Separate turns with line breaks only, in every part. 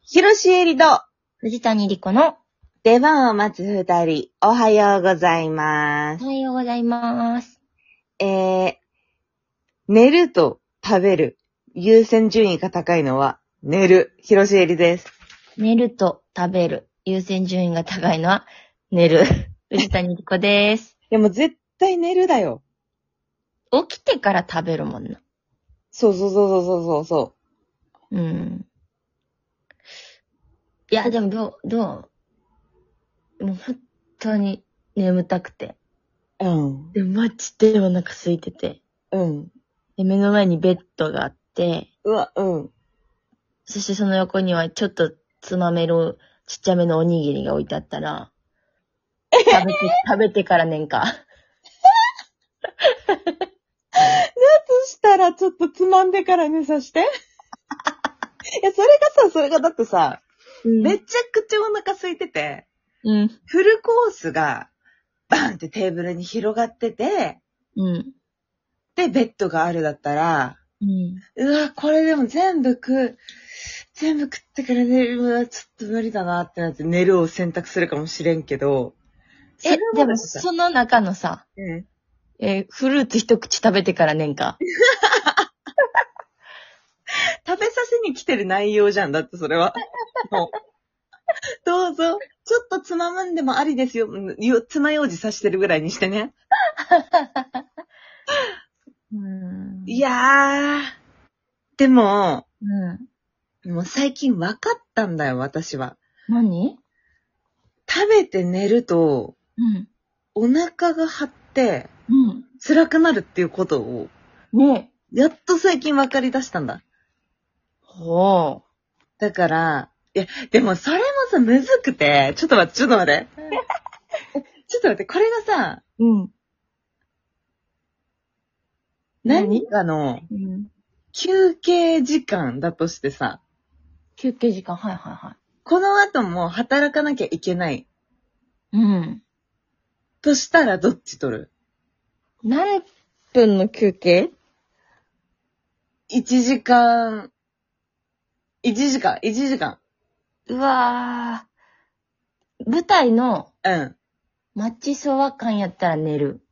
ひろしえりと、
藤谷莉子の、
出番を待つ二人、おはようございま
お
す。
はようございます。
えー、寝ると食べる、優先順位が高いのは、寝る、ひろしえりです。
寝ると食べる。優先順位が高いのは、寝る。 藤谷莉子です。
でも絶対寝るだよ。
起きてから食べるもんな。
そうそうそうそうそうそうそ
うん。いや、でもどう、どうもう本当に眠たくて。
う。うん。
で、マジでお腹空いてて。
うん。
で、目の前にベッドがあって、
うわ、うん。
そしてその横にはちょっとつまめるちっちゃめのおにぎりが置いてあったら、食べて、食べてからねんか。
そしたら、ちょっとつまんでから寝さして。いや、それがさ、それがだってさ、めちゃくちゃお腹空いてて、
うん。
フルコースが、バンってテーブルに広がってて、
うん。
で、ベッドがあるだったら、
うん。
うわ、これでも全部食う、全部食ってから寝るはちょっと無理だなってなって寝るを選択するかもしれんけど、そ
え
れ、は
で
ま
も、
ださ
その中のさ、
うん
えーフルーツ一口食べてからねんか。
食べさせに来てる内容じゃん、だってそれは。 もうどうぞ、ちょっとつまむんでもありですよ、うんよつまようじさしてるぐらいにしてね。
うん
いやー、でも、
うん。
もう最近分かったんだよ、私は。
何
食べて寝ると、
うん。
お腹が張って、
うん。
辛くなるっていうことを、
ねえ。
やっと最近分かり出したんだ。
ほ
だから、いや、でもそれもさ、むずくて、ちょっと待って、ちょっと待って。 ちょっと待って、これがさ、
う。うん。
何かの
うん。
休憩時間だとしてさ、
休憩時間、はいはいは
この後も働かなきゃいけない。
い。うん。
としたらどっち取る
何分の休憩
?1 時間、1時間、1時間。
うわー。舞台の
うん。
待ちそわ感やったら寝る。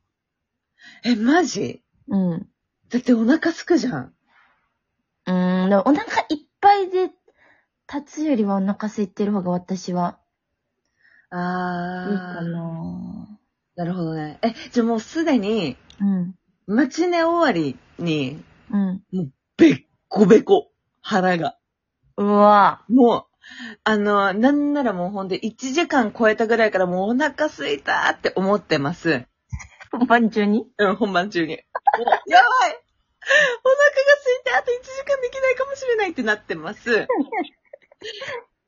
え、マジ
うん。
だってお腹すくじゃん。
うーん、でもお腹いっぱいで立つよりはお腹空いてる方が私はいい
あー。
かな
なるほどね。え、じゃあもうすでに、
うん。
待ち寝終わりに、
うん。
べっこべこ、腹が。
うわ
もう、あの、なんならもうほんで1時間超えたぐらいからもうお腹すいたって思ってます。
本番中に
うん、本番 中に。もうやばいお腹がすいてあと1時間できないかもしれないってなって ます。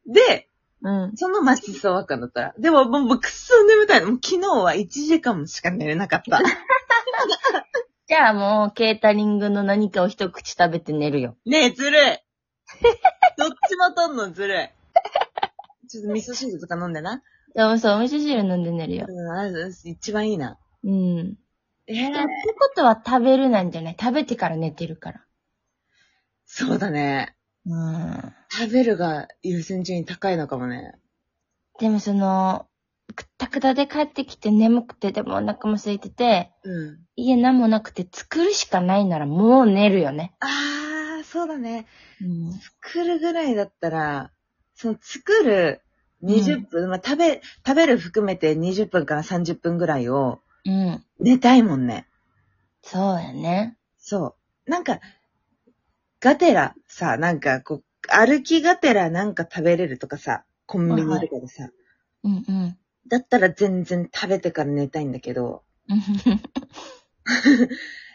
で、
うん。
その待ちそうわかんだったら。でももうもうくっそ眠たいの。もう昨日は1時間しか寝れなかった。
じゃあもう、ケータリングの何かを一口食べて寝るよ。
ねえ、ずるい どっちもとんのずるい。ちょっと味噌汁とか飲んでな。
そうそう、お味噌汁飲んで寝るよ
う。ん、あ一番いいな。
うん。
え
でもってことは食べるなんじゃない食べてから寝てるから。
そうだね。
うん。
食べるが優先順位高いのかもね。
でもその、くったくたで帰ってきて眠くて、でもお腹も空いてて、
うん。
家何もなくて作るしかないならもう寝るよね。
あー、そうだね。
うん。
作るぐらいだったら、その作る20分、まあ、食べ、食べる含めて20分から30分ぐらいを
うん。
寝たいもんね。
そうやね。
そう。なんか、がてらさ、なんかこう、歩きがてらなんか食べれるとかさ、コンビニとかでさ、
うんうん。
だったら全然食べてから寝たいんだけど、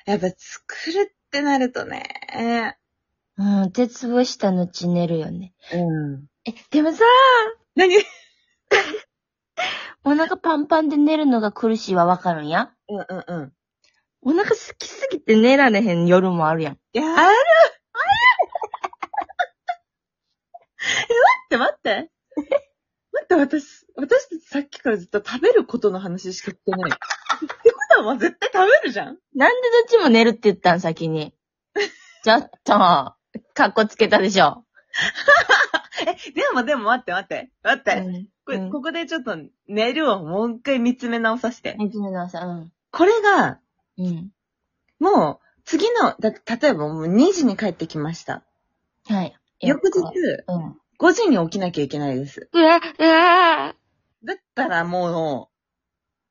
やっぱ作るってなるとね、
うん、手潰した後寝るよね。
うん。
え、でもさ、
何 うん
お腹パンパンで寝るのが苦しいはわかるんや。
うんうん。
お腹好きすぎて寝られへん夜もあるやん。
やる え、待って待って。 待って、私、私たちさっきからずっと食べることの話しかしてない。 ってことはもう絶対食べるじゃん
なんでどっちも寝るって言ったん 先に。ちょっと、かっこつけたでしょ。
え、 でもでも待って待って。待って。
うん
これ
うん
ここでちょっと寝るをもう一回見つめ直させて。
三つ目の朝、うん。
これが、
うん。
もう、次の、だ例えばもう2時に帰ってきました。
はい。
翌日、
うん。
5時に起きなきゃいけないです。
うわ、うわ
だったらも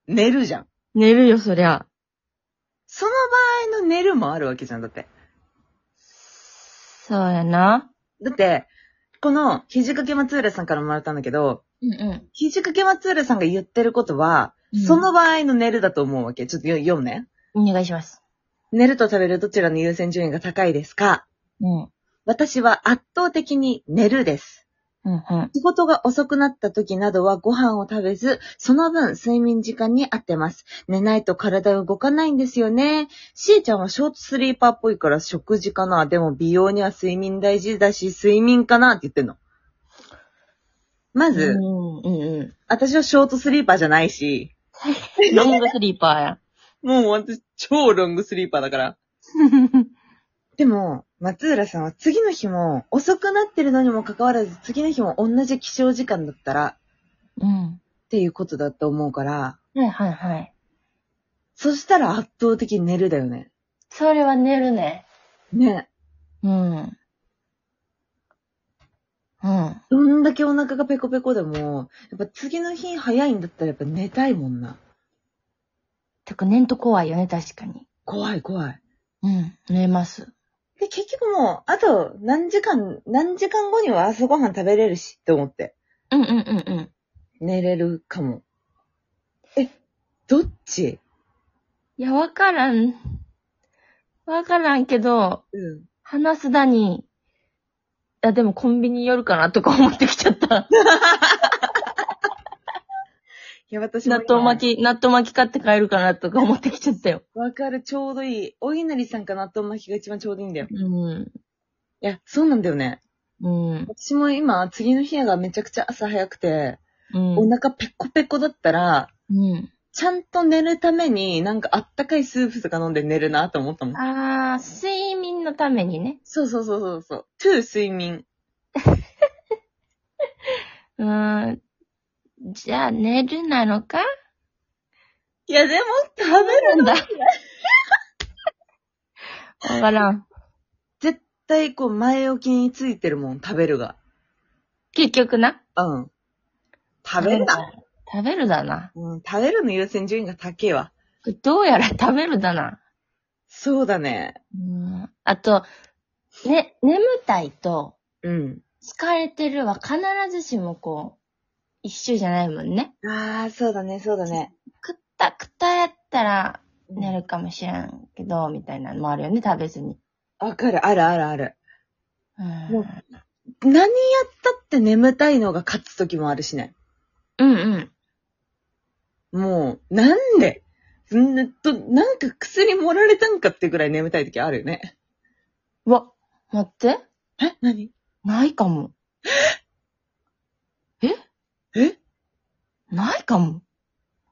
う、寝るじゃん。
寝るよ、そりゃ。
その場合の寝るもあるわけじゃん、だって。
そうやな。
だって、この、肘掛け松浦さんからもらったんだけど、
うんう
肘掛け松浦さんが言ってることは、
うん
その場合の寝るだと思うわけ。ちょっとよ読むね。
ん。お願いします。
寝ると食べるどちらの優先順位が高いですか
うん。
私は圧倒的に寝るです。
うんうん。
仕事が遅くなった時などはご飯を食べず、その分睡眠時間に合ってます。寝ないと体動かないんですよね。しーちゃんはショートスリーパーっぽいから食事かな。でも美容には睡眠大事だし、睡眠かなって言ってんの。まず、
うんうんうん。
私はショートスリーパーじゃない し、
ロングスリーパーや。
もう私超ロングスリーパーだから。 でも、松浦さんは次の日も、遅くなってるのにもかかわらず、次の日も同じ起床時間だったら、
うん。
っていうことだと思うから、
はいはいはい。
そしたら圧倒的に寝るだよね。
それは寝るね。
ね。
うん。うん。うん
どんだけお腹がペコペコでも、やっぱ次の日早いんだったらやっぱ寝たいもんな。
てか、寝んと怖いよね、確かに。
怖い怖い。
うん。寝ます。
で、結局もう、あと何時間、何時間後には朝ごはん食べれるしって思って、
うんうんうんうん。
寝れるかも。え、どっち
いや、わからん。わからんけど、
うん。
話すだに、いや、でもコンビニ寄るかなとか思ってきちゃ った。
いや、私も
納豆巻き、納豆巻き買って帰るかなとか思ってきちゃったよ。
わかる、ちょうどいい。お稲荷さんか納豆巻きが一番ちょうどいいんだよ。
うん。
いや、そうなんだよね。
うん。
私も今、次の日がめちゃくちゃ朝早くて、
うん。
お腹ペコペコだったら、
うん。
ちゃんと寝るために、なんかあったかいスープとか飲んで寝るなと思ったもん。
あー、睡眠のためにね。
そうそうそうそうそう。トゥー睡眠。
うーん。じゃあ、寝るなのか
いや、でも、食べる
なんだ。わからん。
絶対、こう、前置きについてるもん、食べるが。
結局な。
うん。食べるだ。
食べるだな。
うん、食べるの優先順位が高いわ。
どうやら食べるだな。
そうだね。
うん。あと、ね、眠たいと、
うん。
疲れてるは必ずしもこう、一緒じゃないもんね。
あー、そうだね、そうだね。
くったくたやったら寝るかもしれんけど、みたいなのもあるよね、食べずに。
わかる、あるあるある。
うん。
も何やったって眠たいのが勝つ時もあるしね。
うんうん。
もう、なんでんと、なんか薬盛られたんかってぐらい眠たい時あるよね。
うわ、待って。
え何
ないかも。え
え
ないかも。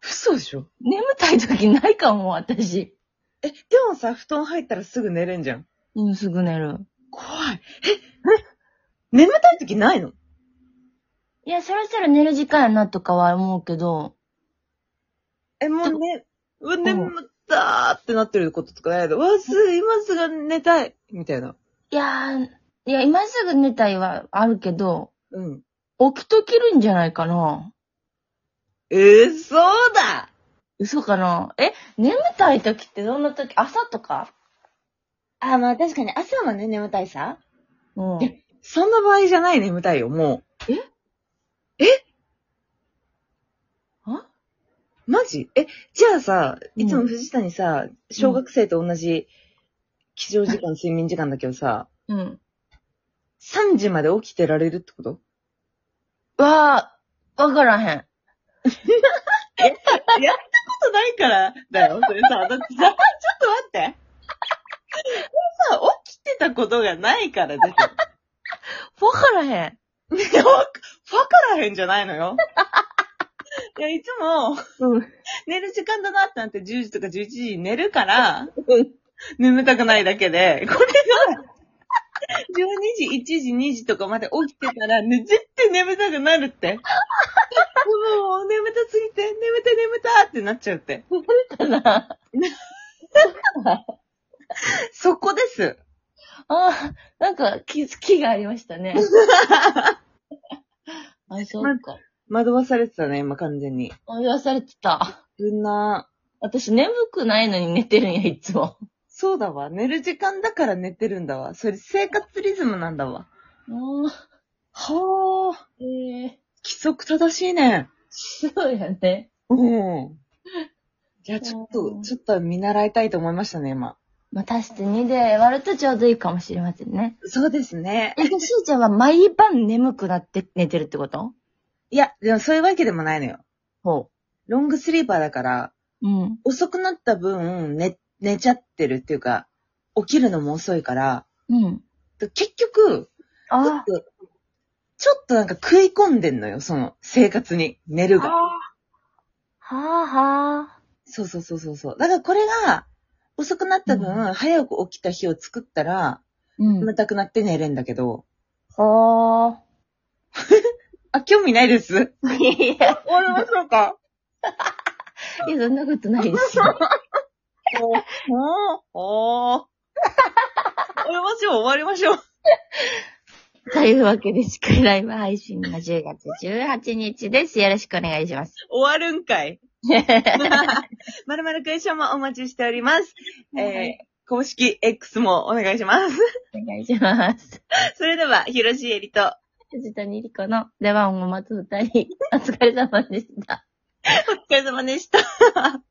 嘘でしょ
眠たい時ないかも、私。
え、でもさ、布団入ったらすぐ寝れんじゃん。
うん、すぐ寝る。
怖い。え眠たい時ないの
いや、そろそろ寝る時間やなとかは思うけど、
え、もうね、うわ、眠ったーってなってることとかないの。うわ、す、今すぐ寝たいみたいな。
いやー、いや、今すぐ寝たいはあるけど、
うん。
起きときるんじゃないかな。
えー、そうだ
嘘かなえ、眠たい時ってどんな時朝とか
あ、まあ確かに朝はね、眠たいさ。
うん。
えそんな場合じゃない眠たいよ、もう。
あ
マジえ、じゃあさ、いつも藤谷さ、小学生と同じ起床時間、睡眠時間だけどさ、
うん。
3時まで起きてられるってこと
わー、わからへん。
やったことないからだよ、それさ。だ ってさ、ちょっと待って。それさ、起きてたことがないからだよ。
わからへん。
いやわか、わからへんじゃないのよ。いや、いつも、
うん。
寝る時間だなってなって10時とか11時に寝るから、眠たくないだけで、これが、 12時、1時、2時とかまで起きてたら、ね、絶対眠たくなるって。もう、眠たすぎて、眠た眠たってなっちゃうって。
たな。
そこです。
あ、なんか、気、気がありました ね。あ、そうか。
惑わされてたね、今完全に。
思わされてた。
うな
私、眠くないのに寝てるんや、いつも。
そうだわ。寝る時間だから寝てるんだわ。それ生活リズムなんだわ。
もう、
はあ、
ええ
規則正しいね。
そうやね。
うん。いや、ちょっ
う
と、
ん
ちょっと見習いたいと思いましたね、今。
まあ、足して2で割るとちょうどいいかもしれませんね。
そうですね。
え、じゃあしーちゃんは毎晩眠くなって寝てるってこと
いや、でもそういうわけでもないのよ。
ほ
ロングスリーパーだから、
う。うん。
遅くなった分、寝、寝ちゃってるっていうか、起きるのも遅いから、
うん。
結局、ちょっ
あ
と、ちょっとなんか食い込んでんのよ、その生活に、寝
あ。
る
は
が。
あはあ。
そうそうそうそうそう。だからこれが、遅くなった分、
う
早く起きた日を作ったら、
うん。
眠たくなって寝れんだけど、
ほー。
あ、興味ないです。
いや、
俺もそうか。
いやそんなことないですよ。
おー、おー。俺もしよう、終わりましょう。
というわけで、スクライブ配信が10月18日です。よろしくお願いします。
終わるんかい。まるまるクエスチョンもお待ちしております。えー、公式 X もお願いします。
お願いします。
それでは、ひろしえりと、
藤谷莉子の出番を待つ二人、お疲れ様でした。
お疲れ様でした。